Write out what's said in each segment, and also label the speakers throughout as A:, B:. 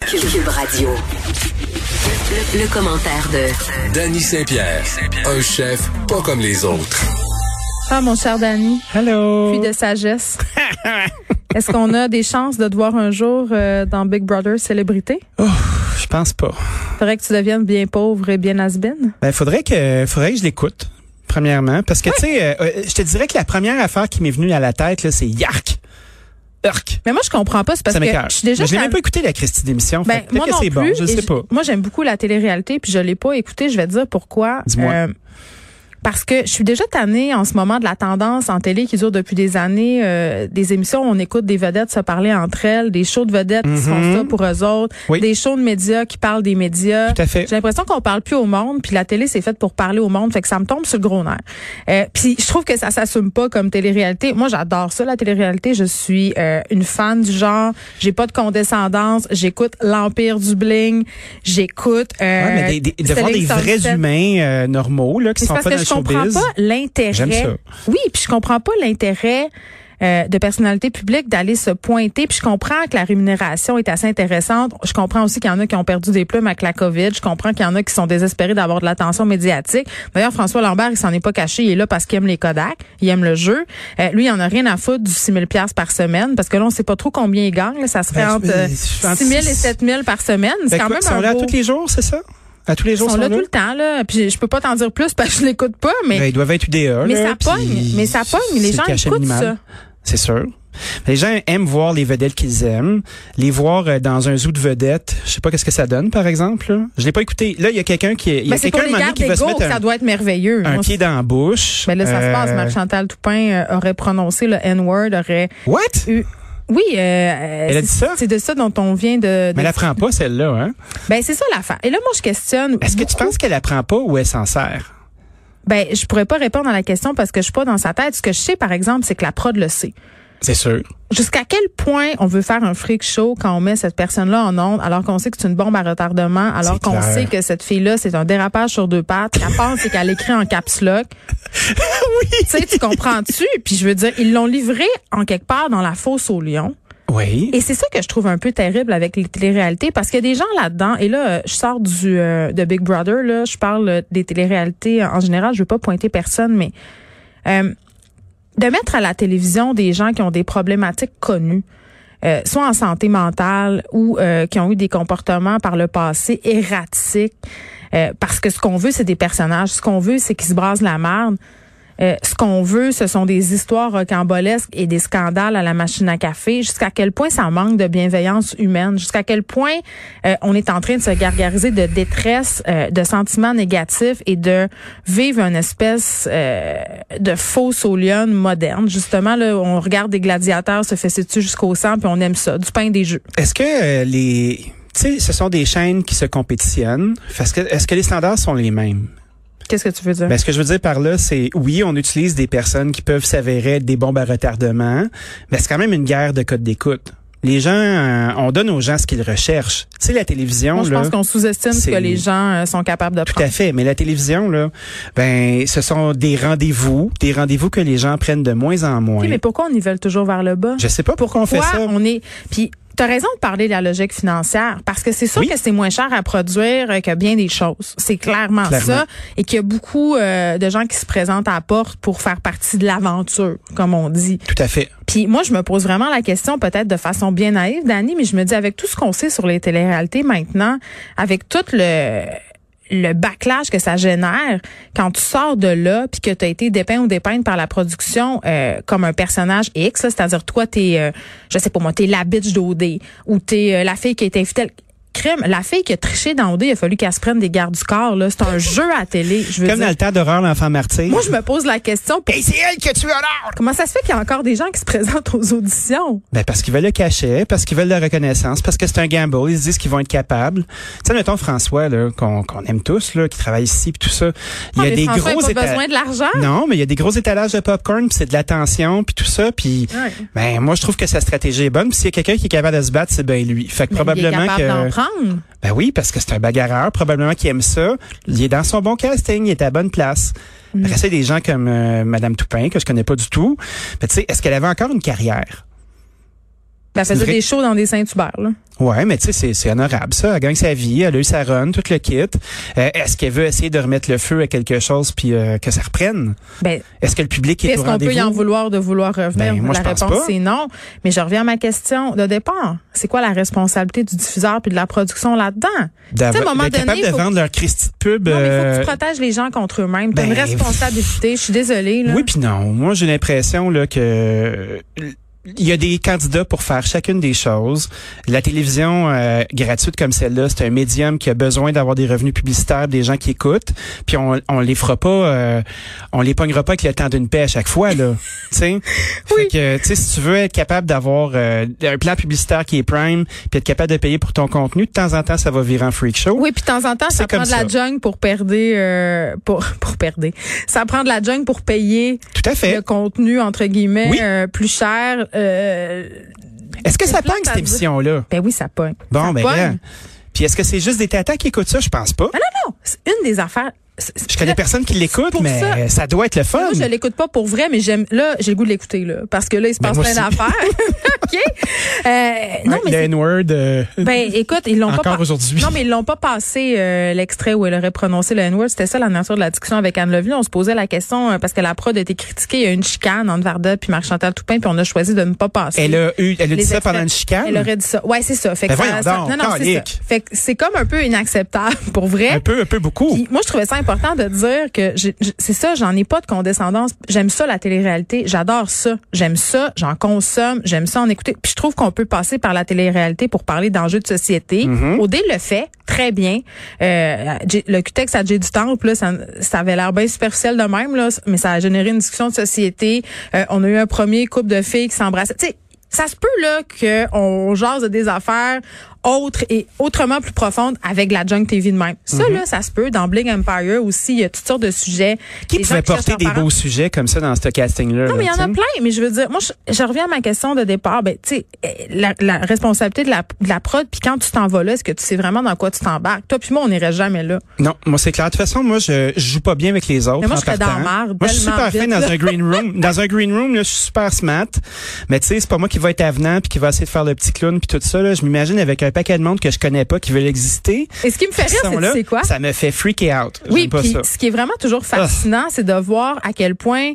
A: Cube Radio. Le, le commentaire de
B: Danny Saint-Pierre, un chef pas comme les autres.
C: Ah, mon cher Danny,
D: Hello.
C: puis de sagesse. Est-ce qu'on a des chances de te voir un jour euh, dans Big Brother célébrité?
D: Je pense pas.
C: Faudrait que tu deviennes bien pauvre et bien has
D: Ben faudrait que faudrait que je l'écoute premièrement parce que tu sais euh, euh, je te dirais que la première affaire qui m'est venue à la tête là c'est yark. Urk.
C: Mais moi, je comprends pas. C'est parce
D: Ça
C: que
D: m'écoeure.
C: je suis déjà...
D: Mais je n'ai
C: dans-
D: même pas écouté la Christie d'émission.
C: Ben,
D: fait que
C: moi
D: Peut-être que
C: non
D: c'est
C: plus.
D: bon, je
C: et
D: sais pas.
C: Moi, j'aime beaucoup la télé-réalité, puis je l'ai pas écoutée. Je vais te dire pourquoi. euh,
D: Dis-moi.
C: parce que je suis déjà tannée en ce moment de la tendance en télé qui dure depuis des années. euh, des émissions où on écoute des vedettes se parler entre elles, des shows de vedettes qui se font ça pour eux autres,
D: Mhm. Oui.
C: des shows de médias qui parlent des médias.
D: Tout à fait.
C: J'ai l'impression qu'on parle plus au monde, puis la télé c'est faite pour parler au monde, fait que ça me tombe sur le gros nerf. Euh, puis je trouve que ça s'assume pas comme télé-réalité. Moi, j'adore ça la télé-réalité. Je suis euh, une fan du genre. J'ai pas de condescendance. J'écoute l'Empire du bling. J'écoute. Euh,
D: Ouais, mais des- des- de
C: Stéphane
D: voir des vrais
C: Bissette.
D: humains euh, normaux là qui
C: Mais
D: sont
C: c'est
D: pas
C: parce
D: dans
C: que
D: le
C: je comprends
D: showbiz.
C: pas l'intérêt.
D: J'aime ça.
C: Oui, puis je comprends pas l'intérêt euh, de personnalité publique d'aller se pointer. Puis je comprends que la rémunération est assez intéressante. Je comprends aussi qu'il y en a qui ont perdu des plumes avec la COVID. Je comprends qu'il y en a qui sont désespérés d'avoir de l'attention médiatique. D'ailleurs, François Lambert, il s'en est pas caché. Il est là parce qu'il aime les Kodak. Il aime le jeu. Euh, lui, il en a rien à foutre du 6 000 par semaine parce que là, on sait pas trop combien il gagne. là. Ça serait
D: Ben,
C: entre
D: je-
C: euh,
D: je-
C: 6 000 et 7 000 par semaine. C'est
D: Fait que
C: quand
D: Ben, quoi,
C: même
D: ils sont
C: un
D: là
C: beau-
D: tous les jours, c'est ça À tous les
C: Ils
D: jours
C: sont là tout le temps là. Puis je peux pas t'en dire plus parce que je l'écoute pas, mais
D: Ben, ils doivent être UDA.
C: Mais
D: là,
C: ça
D: puis
C: pogne, mais ça pogne, les
D: c'est le
C: gens
D: cachet
C: écoutent ça.
D: minimal. C'est sûr. Les gens aiment voir les vedettes qu'ils aiment, les voir euh, dans un zoo de vedettes. Je sais pas qu'est-ce que ça donne, par exemple. Là. Je l'ai pas écouté. Là, il y a quelqu'un qui, est- il y
C: Mais
D: a
C: Ben, c'est pour
D: quelqu'un à un
C: les
D: moment donné,
C: gardes
D: qui va se
C: d'ego
D: mettre
C: que ça
D: un,
C: doit être merveilleux.
D: un
C: On s-
D: pied dans la bouche.
C: Mais là, ça se passe.
D: Euh,
C: Marc-Chantal Toupin euh, aurait prononcé le N-word, aurait
D: What
C: eu... Oui, euh, euh,
D: Elle
C: c'est-
D: a dit ça?
C: c'est de ça dont on vient de... de-
D: Mais elle apprend pas celle-là. Hein?
C: ben, c'est ça l'affaire. Et là, moi, je questionne...
D: Est-ce que tu
C: beaucoup.
D: penses qu'elle apprend pas ou elle s'en sert
C: Ben, je pourrais pas répondre à la question parce que je suis pas dans sa tête. Ce que je sais, par exemple, c'est que la prod le sait.
D: C'est sûr.
C: Jusqu'à quel point on veut faire un freak show quand on met cette personne-là en onde, alors qu'on sait que c'est une bombe à retardement, alors
D: C'est
C: qu'on
D: clair.
C: sait que cette fille-là, c'est un dérapage sur deux pattes, qu'elle pense c'est qu'elle écrit en caps lock. Tu sais, tu comprends-tu? Puis je veux dire, ils l'ont livré en quelque part dans la fosse au lion.
D: Oui.
C: Et c'est ça que je trouve un peu terrible avec les téléréalités, parce qu'il y a des gens là-dedans, et là, euh, je sors du euh, de Big Brother, là, je parle euh, des téléréalités euh, en général, je veux pas pointer personne, mais euh, de mettre à la télévision des gens qui ont des problématiques connues, euh, soit en santé mentale ou euh, qui ont eu des comportements par le passé erratiques, euh, parce que ce qu'on veut, c'est des personnages, ce qu'on veut, c'est qu'ils se brasent la merde. Euh, ce qu'on veut, ce sont des histoires rocambolesques et des scandales à la machine à café. Jusqu'à quel point ça manque de bienveillance humaine? Jusqu'à quel point euh, on est en train de se gargariser de détresse, euh, de sentiments négatifs et de vivre une espèce euh, de faux saulione moderne. Justement, là, on regarde des gladiateurs se fesser dessus jusqu'au sang, puis on aime ça. Du pain des jeux.
D: Est-ce que euh, les tu sais, ce sont des chaînes qui se compétitionnent. Parce que- Est-ce que les standards sont les mêmes?
C: Qu'est-ce que tu veux dire?
D: Ben, ce que je veux dire par là, c'est oui, on utilise des personnes qui peuvent s'avérer être des bombes à retardement, mais c'est quand même une guerre de code d'écoute. Les gens, euh, on donne aux gens ce qu'ils recherchent. Tu sais, la télévision,
C: Moi, je
D: là,
C: pense qu'on sous-estime ce que
D: c'est-
C: les gens euh, sont capables de
D: tout
C: prendre.
D: à fait, mais la télévision, là, ben, ce sont des rendez-vous, des rendez-vous que les gens prennent de moins en moins.
C: Ok, mais pourquoi on nivelle toujours vers le bas?
D: Je sais pas pourquoi on fait
C: pourquoi
D: ça.
C: on est puis T'as raison de parler de la logique financière parce que c'est sûr
D: Oui.
C: que c'est moins cher à produire euh, que bien des choses. C'est clairement,
D: Clairement.
C: ça et qu'il y a beaucoup euh, de gens qui se présentent à la porte pour faire partie de l'aventure, comme on dit.
D: Tout à fait.
C: Puis moi, je me pose vraiment la question, peut-être de façon bien naïve, Dani, mais je me dis avec tout ce qu'on sait sur les téléréalités maintenant, avec tout le le backlash que ça génère quand tu sors de là puis que tu as été dépeint ou dépeinte par la production euh, comme un personnage X, là, c'est-à-dire toi t'es euh, je sais pas moi, t'es la bitch d'OD ou t'es euh, la fille qui est infidèle. Crème, la fille qui a triché dans OD, il a fallu qu'elle se prenne des gardes du corps là, c'est un jeu à la télé, je veux
D: Comme
C: dire.
D: dans le temps d'horreur, l'enfant martyr.
C: Moi, je me pose la question
D: Et c'est elle que tu honores!
C: comment ça se fait qu'il y a encore des gens qui se présentent aux auditions
D: Ben parce qu'ils veulent le cachet, parce qu'ils veulent la reconnaissance, parce que c'est un gamble. Ils se disent qu'ils vont être capables. Tu sais, mettons François, là, qu'on qu'on aime tous, là, qui travaille ici et tout ça. Il
C: Ah,
D: y a
C: mais
D: des
C: François
D: gros
C: a pas
D: éta-
C: besoin de l'argent.
D: Non, mais il y a des gros étalages de popcorn, puis c'est de l'attention, puis tout ça, puis
C: Ouais.
D: ben moi je trouve que sa stratégie est bonne. Puis s'il y a quelqu'un qui est capable de se battre, c'est bien lui. Fait que
C: Mais il est
D: probablement
C: capable d'en
D: que
C: prendre.
D: ben oui, parce que c'est un bagarreur, probablement qu'il aime ça. Il est dans son bon casting, il est à la bonne place.
C: Mm.
D: Après ça, il y a des gens comme euh, Madame Toupin que je connais pas du tout. Mais tu sais, est-ce qu'elle avait encore une carrière
C: Elle faisait
D: vraie-
C: des shows dans des Saint-Hubert, là.
D: Ouais, mais tu sais, c'est- c'est honorable, ça. Elle gagne sa vie, elle a eu sa run, tout le kit. Euh, Est-ce qu'elle veut essayer de remettre le feu à quelque chose puis euh, que ça reprenne?
C: Ben,
D: Est-ce que le public est
C: est-ce
D: au
C: qu'on peut y en
D: rendez-vous?
C: vouloir de vouloir revenir?
D: Ben, moi,
C: la
D: je pense
C: réponse,
D: pas.
C: c'est non. Mais je reviens à ma question de départ. C'est quoi la responsabilité du diffuseur puis de la production là-dedans? Tu sais, à un moment
D: D'être
C: donné,
D: capable de
C: faut-
D: vendre leur Christie de pub.
C: Non, mais il faut que
D: euh,
C: tu protèges les gens contre eux-mêmes. T'as une
D: ben,
C: responsabilité. Je suis désolée, là.
D: Oui, puis non. Moi, j'ai l'impression là que euh, il y a des candidats pour faire chacune des choses. La télévision euh, gratuite comme celle-là, c'est un médium qui a besoin d'avoir des revenus publicitaires, des gens qui écoutent. Puis on, on les fera pas, euh, on les pognera pas avec le temps d'une paix à chaque fois là. tu sais. Fait que tu sais, si tu veux être capable d'avoir euh, un plan publicitaire qui est prime, puis être capable de payer pour ton contenu, de temps en temps, ça va virer en freak show.
C: Oui, puis de temps en temps, ça
D: C'est
C: prend
D: comme
C: de la
D: ça.
C: jungle pour perdre, euh, pour pour perdre. Ça prend de la jungle pour payer
D: Tout à fait.
C: le contenu entre guillemets
D: Eh. Oui.
C: euh, plus cher. euh,
D: Est-ce que
C: c'est
D: ça
C: plate
D: pogne
C: à
D: cette
C: dire.
D: émission là?
C: ben oui, ça pogne.
D: Bon,
C: ça
D: ben,
C: pogne.
D: regarde. Puis est-ce que c'est juste des tatas qui écoutent ça? Je pense pas.
C: Ah non, non, c'est une des affaires. c'est- c'est-
D: Je connais personne qui l'écoute,
C: pour
D: mais
C: ça-
D: ça, doit être le fun.
C: Moi, je l'écoute pas pour vrai, mais j'aime. Là, j'ai le goût de l'écouter là, parce que là, il se
D: Ben,
C: passe
D: moi
C: plein
D: aussi.
C: d'affaires. ok. Euh, non,
D: Ouais,
C: mais
D: le
C: c'est-
D: N-word. euh,
C: Ben, écoute, ils l'ont pas.
D: Encore
C: pa-
D: aujourd'hui.
C: Non, mais ils l'ont pas passé euh, l'extrait où elle aurait prononcé le N-word. C'était ça la nature de la discussion avec Anne Levy. On se posait la question euh, parce que la prod a été critiquée. Il y a eu une chicane entre Varda puis Marc-Chantal Toupin, puis on a choisi de ne pas passer.
D: elle a eu, elle a
C: les
D: dit ça
C: extraits.
D: pendant une chicane.
C: Elle aurait dit ça. Ouais, c'est ça. Fait que
D: Ben
C: ça-
D: voyons
C: ça-
D: donc,
C: non, non, c'est ça.
D: calique.
C: Fait que c'est comme un peu inacceptable pour vrai.
D: Un peu, un peu beaucoup.
C: Puis moi, je trouvais ça important de dire que j'ai- j'- c'est ça, j'en ai pas de condescendance. J'aime ça, la télé-réalité. J'adore ça. J'aime ça. J'en consomme. J'aime ça en écouter. Puis je trouve qu'on peut passer par la télé-réalité pour parler d'enjeux de société. Odé le fait très bien. Euh, J- le cutex à J du Temple, là, ça, ça avait l'air bien superficiel de même, là, mais ça a généré une discussion de société. Euh, on a eu un premier couple de filles qui s'embrassaient. Tu sais, ça se peut là que on jase de des affaires autres et autrement plus profondes avec la junk TV de même. Ça
D: Mhm.
C: là, ça se peut dans Bling Empire aussi, il y a toutes sortes de sujets.
D: qui
C: Les gens
D: pouvait porter
C: cherchent
D: des
C: leurs parents.
D: beaux sujets comme ça dans ce casting-là?
C: Non, mais il y en a plein, mais je veux dire, moi, je, je reviens à ma question de départ. Ben, tu sais, euh, la, la responsabilité de la, de la prod, puis quand tu t'en vas là, est-ce que tu sais vraiment dans quoi tu t'embarques? Toi, puis moi, on n'irait jamais là.
D: Non, moi, c'est clair. De toute façon, moi, je, je joue pas bien avec les autres.
C: Mais moi,
D: en
C: je serais
D: partant.
C: dans la marde
D: Moi, je suis
C: tellement
D: super fine
C: vite,
D: dans
C: là.
D: un green room. Dans un green room, là, je suis super smart. Mais tu sais, c'est pas moi qui va être avenant puis qui va essayer de faire le petit clown puis tout ça, là. Je m'imagine avec un paquet de monde que je connais pas qui veulent exister.
C: Et ce qui me fait
D: Ils
C: rire,
D: sont
C: c'est
D: là,
C: tu sais quoi?
D: Ça me fait freaker out.
C: Oui,
D: J'aime pas
C: puis
D: ça. Ah.
C: ce qui est vraiment toujours fascinant, c'est de voir à quel point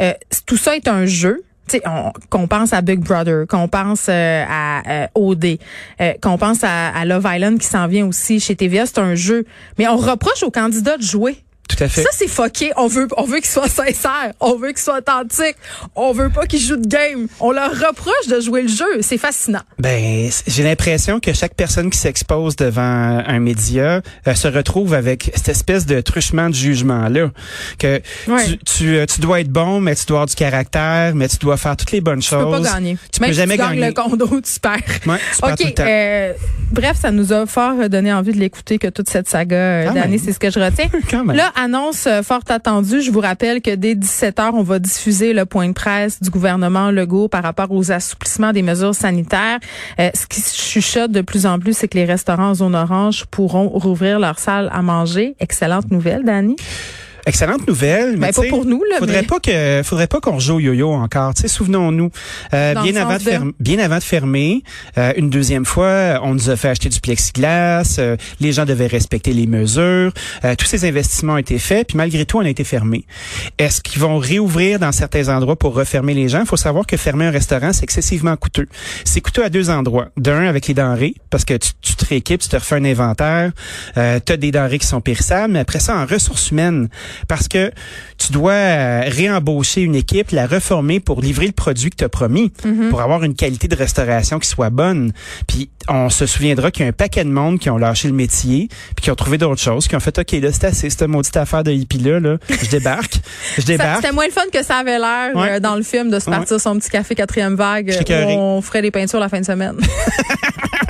C: euh, c- tout ça est un jeu. Tu sais, on- qu'on pense à Big Brother, qu'on pense euh, à euh, OD, euh, qu'on pense à, à Love Island qui s'en vient aussi chez TVA, c'est un jeu. Mais on reproche aux candidats de jouer.
D: Tout à fait.
C: Ça, c'est fucké. On veut, on veut qu'ils soient sincères. On veut qu'ils soient authentiques. On veut pas qu'ils jouent de game. On leur reproche de jouer le jeu. C'est fascinant.
D: Ben, c- j'ai l'impression que chaque personne qui s'expose devant un média euh, se retrouve avec cette espèce de truchement de jugement là, que
C: Ouais.
D: tu, tu, euh, tu dois être bon, mais tu dois avoir du caractère, mais tu dois faire toutes les bonnes
C: Tu peux
D: choses.
C: pas gagner.
D: Tu
C: Même
D: peux
C: si
D: jamais
C: tu gagnes
D: gagner.
C: le condo, tu perds.
D: Ouais, tu perds
C: OK,
D: tout le temps.
C: euh, bref, ça nous a fort donné envie de l'écouter que toute cette saga euh,
D: Quand
C: d'année,
D: même.
C: c'est ce que je retiens.
D: Quand même.
C: euh, Là, annonce euh, fort attendue, je vous rappelle que dès 17h, on va diffuser le point de presse du gouvernement Legault par rapport aux assouplissements des mesures sanitaires. Euh, ce qui se chuchote de plus en plus, c'est que les restaurants en zone orange pourront rouvrir leur salle à manger. Excellente nouvelle, Dani.
D: Excellente nouvelle. Mais
C: Ben, pas
D: tu sais,
C: pour nous, là,
D: Faudrait
C: mais-
D: pas que, faudrait pas qu'on joue au yo-yo encore. Tu sais, souvenons-nous, euh,
C: Dans
D: bien
C: le
D: avant
C: sens
D: de
C: de-
D: fermer, bien avant de fermer, euh, une deuxième fois, euh, on nous a fait acheter du plexiglas. euh, les gens devaient respecter les mesures. euh, tous ces investissements ont été faits, puis malgré tout, on a été fermé. Est-ce qu'ils vont réouvrir dans certains endroits pour refermer les gens Il faut savoir que fermer un restaurant, c'est excessivement coûteux. C'est coûteux à deux endroits. D'un avec les denrées, parce que tu, tu te rééquipes, tu te refais un inventaire, euh, tu as des denrées qui sont périssables, mais après ça en ressources humaines, parce que tu dois euh, réembaucher une équipe, la reformer pour livrer le produit que tu as promis,
C: Mhm.
D: pour avoir une qualité de restauration qui soit bonne. Puis on se souviendra qu'il y a un paquet de monde qui ont lâché le métier, puis qui ont trouvé d'autres choses, qui ont fait OK, là, c'est assez, cette maudite affaire de hippie-là, là. je débarque, je
C: Ça-
D: débarque.
C: C'était moins le fun que ça avait l'air
D: Ouais.
C: euh, dans le film de se
D: Ouais.
C: partir son petit café quatrième vague
D: Je suis
C: euh, où
D: écoeuré.
C: on ferait des peintures la fin de semaine.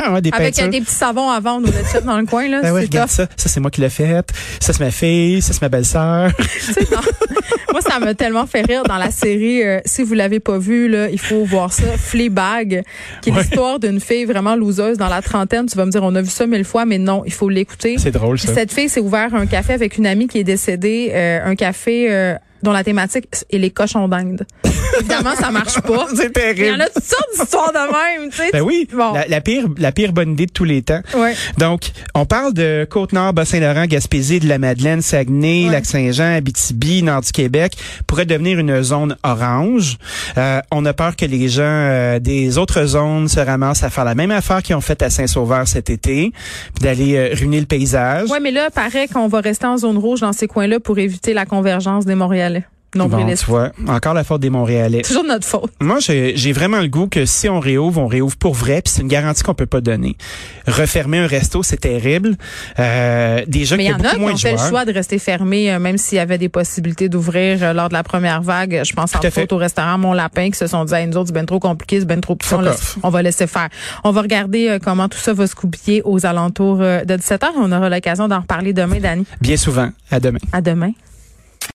D: Ouais, des
C: Avec euh,
D: peintures.
C: des petits savons à vendre ou des chips dans le coin, là.
D: Ah ouais,
C: c'est
D: regarde
C: tough.
D: ça. Ça, c'est moi qui l'ai fait. Ça, c'est ma fille. Ça, c'est ma belle-sœur.
C: Tu sais, non. Moi, ça m'a tellement fait rire dans la série. euh, si vous l'avez pas vu, là, il faut voir ça. Fleabag, qui est
D: Ouais.
C: l'histoire d'une fille vraiment loseuse dans la trentaine. Tu vas me dire, on a vu ça mille fois, mais non, il faut l'écouter.
D: C'est drôle, ça.
C: Cette fille s'est ouvert un café avec une amie qui est décédée, euh, un café euh, dont la thématique est les cochons d'Inde. Évidemment, ça marche pas.
D: C'est
C: Il y en
D: terrible.
C: a toutes sortes d'histoires de même, tu sais.
D: Ben oui,
C: Bon.
D: la, la pire, la pire bonne idée de tous les temps.
C: Ouais.
D: Donc, on parle de Côte-Nord, Bas-Saint-Laurent, Gaspésie, de la Madeleine, Saguenay,
C: Ouais.
D: Lac-Saint-Jean, Abitibi, Nord du Québec, pourrait devenir une zone orange. Euh, on a peur que les gens euh, des autres zones se ramassent à faire la même affaire qu'ils ont faite à Saint-Sauveur cet été, puis d'aller euh, ruiner le paysage.
C: Ouais, mais là, paraît qu'on va rester en zone rouge dans ces coins-là pour éviter la convergence des Montréalais. Non,
D: Bon, tu vois, encore la faute des Montréalais.
C: C'est toujours de notre faute.
D: Moi, j'ai j'ai vraiment le goût que si on réouvre, on réouvre pour vrai, puis c'est une garantie qu'on peut pas donner. Refermer un resto, c'est terrible. Euh, déjà
C: Mais
D: qu'il
C: il y
D: y a
C: en a
D: beaucoup
C: qui
D: moins
C: ont
D: de
C: fait le
D: joueurs.
C: choix de rester fermés, euh, même s'il y avait des possibilités d'ouvrir euh, lors de la première vague. Je pense entre
D: à fait.
C: autres au restaurant Mon Lapin qui se sont dit, hey, nous autres, c'est bien trop compliqué, c'est bien trop petit, on,
D: Fuck
C: laisse-
D: off.
C: on va laisser faire. On va regarder euh, comment tout ça va se goupiller aux alentours euh, de 17h. On aura l'occasion d'en reparler demain, Dani.
D: Bien souvent. À demain.
C: À demain.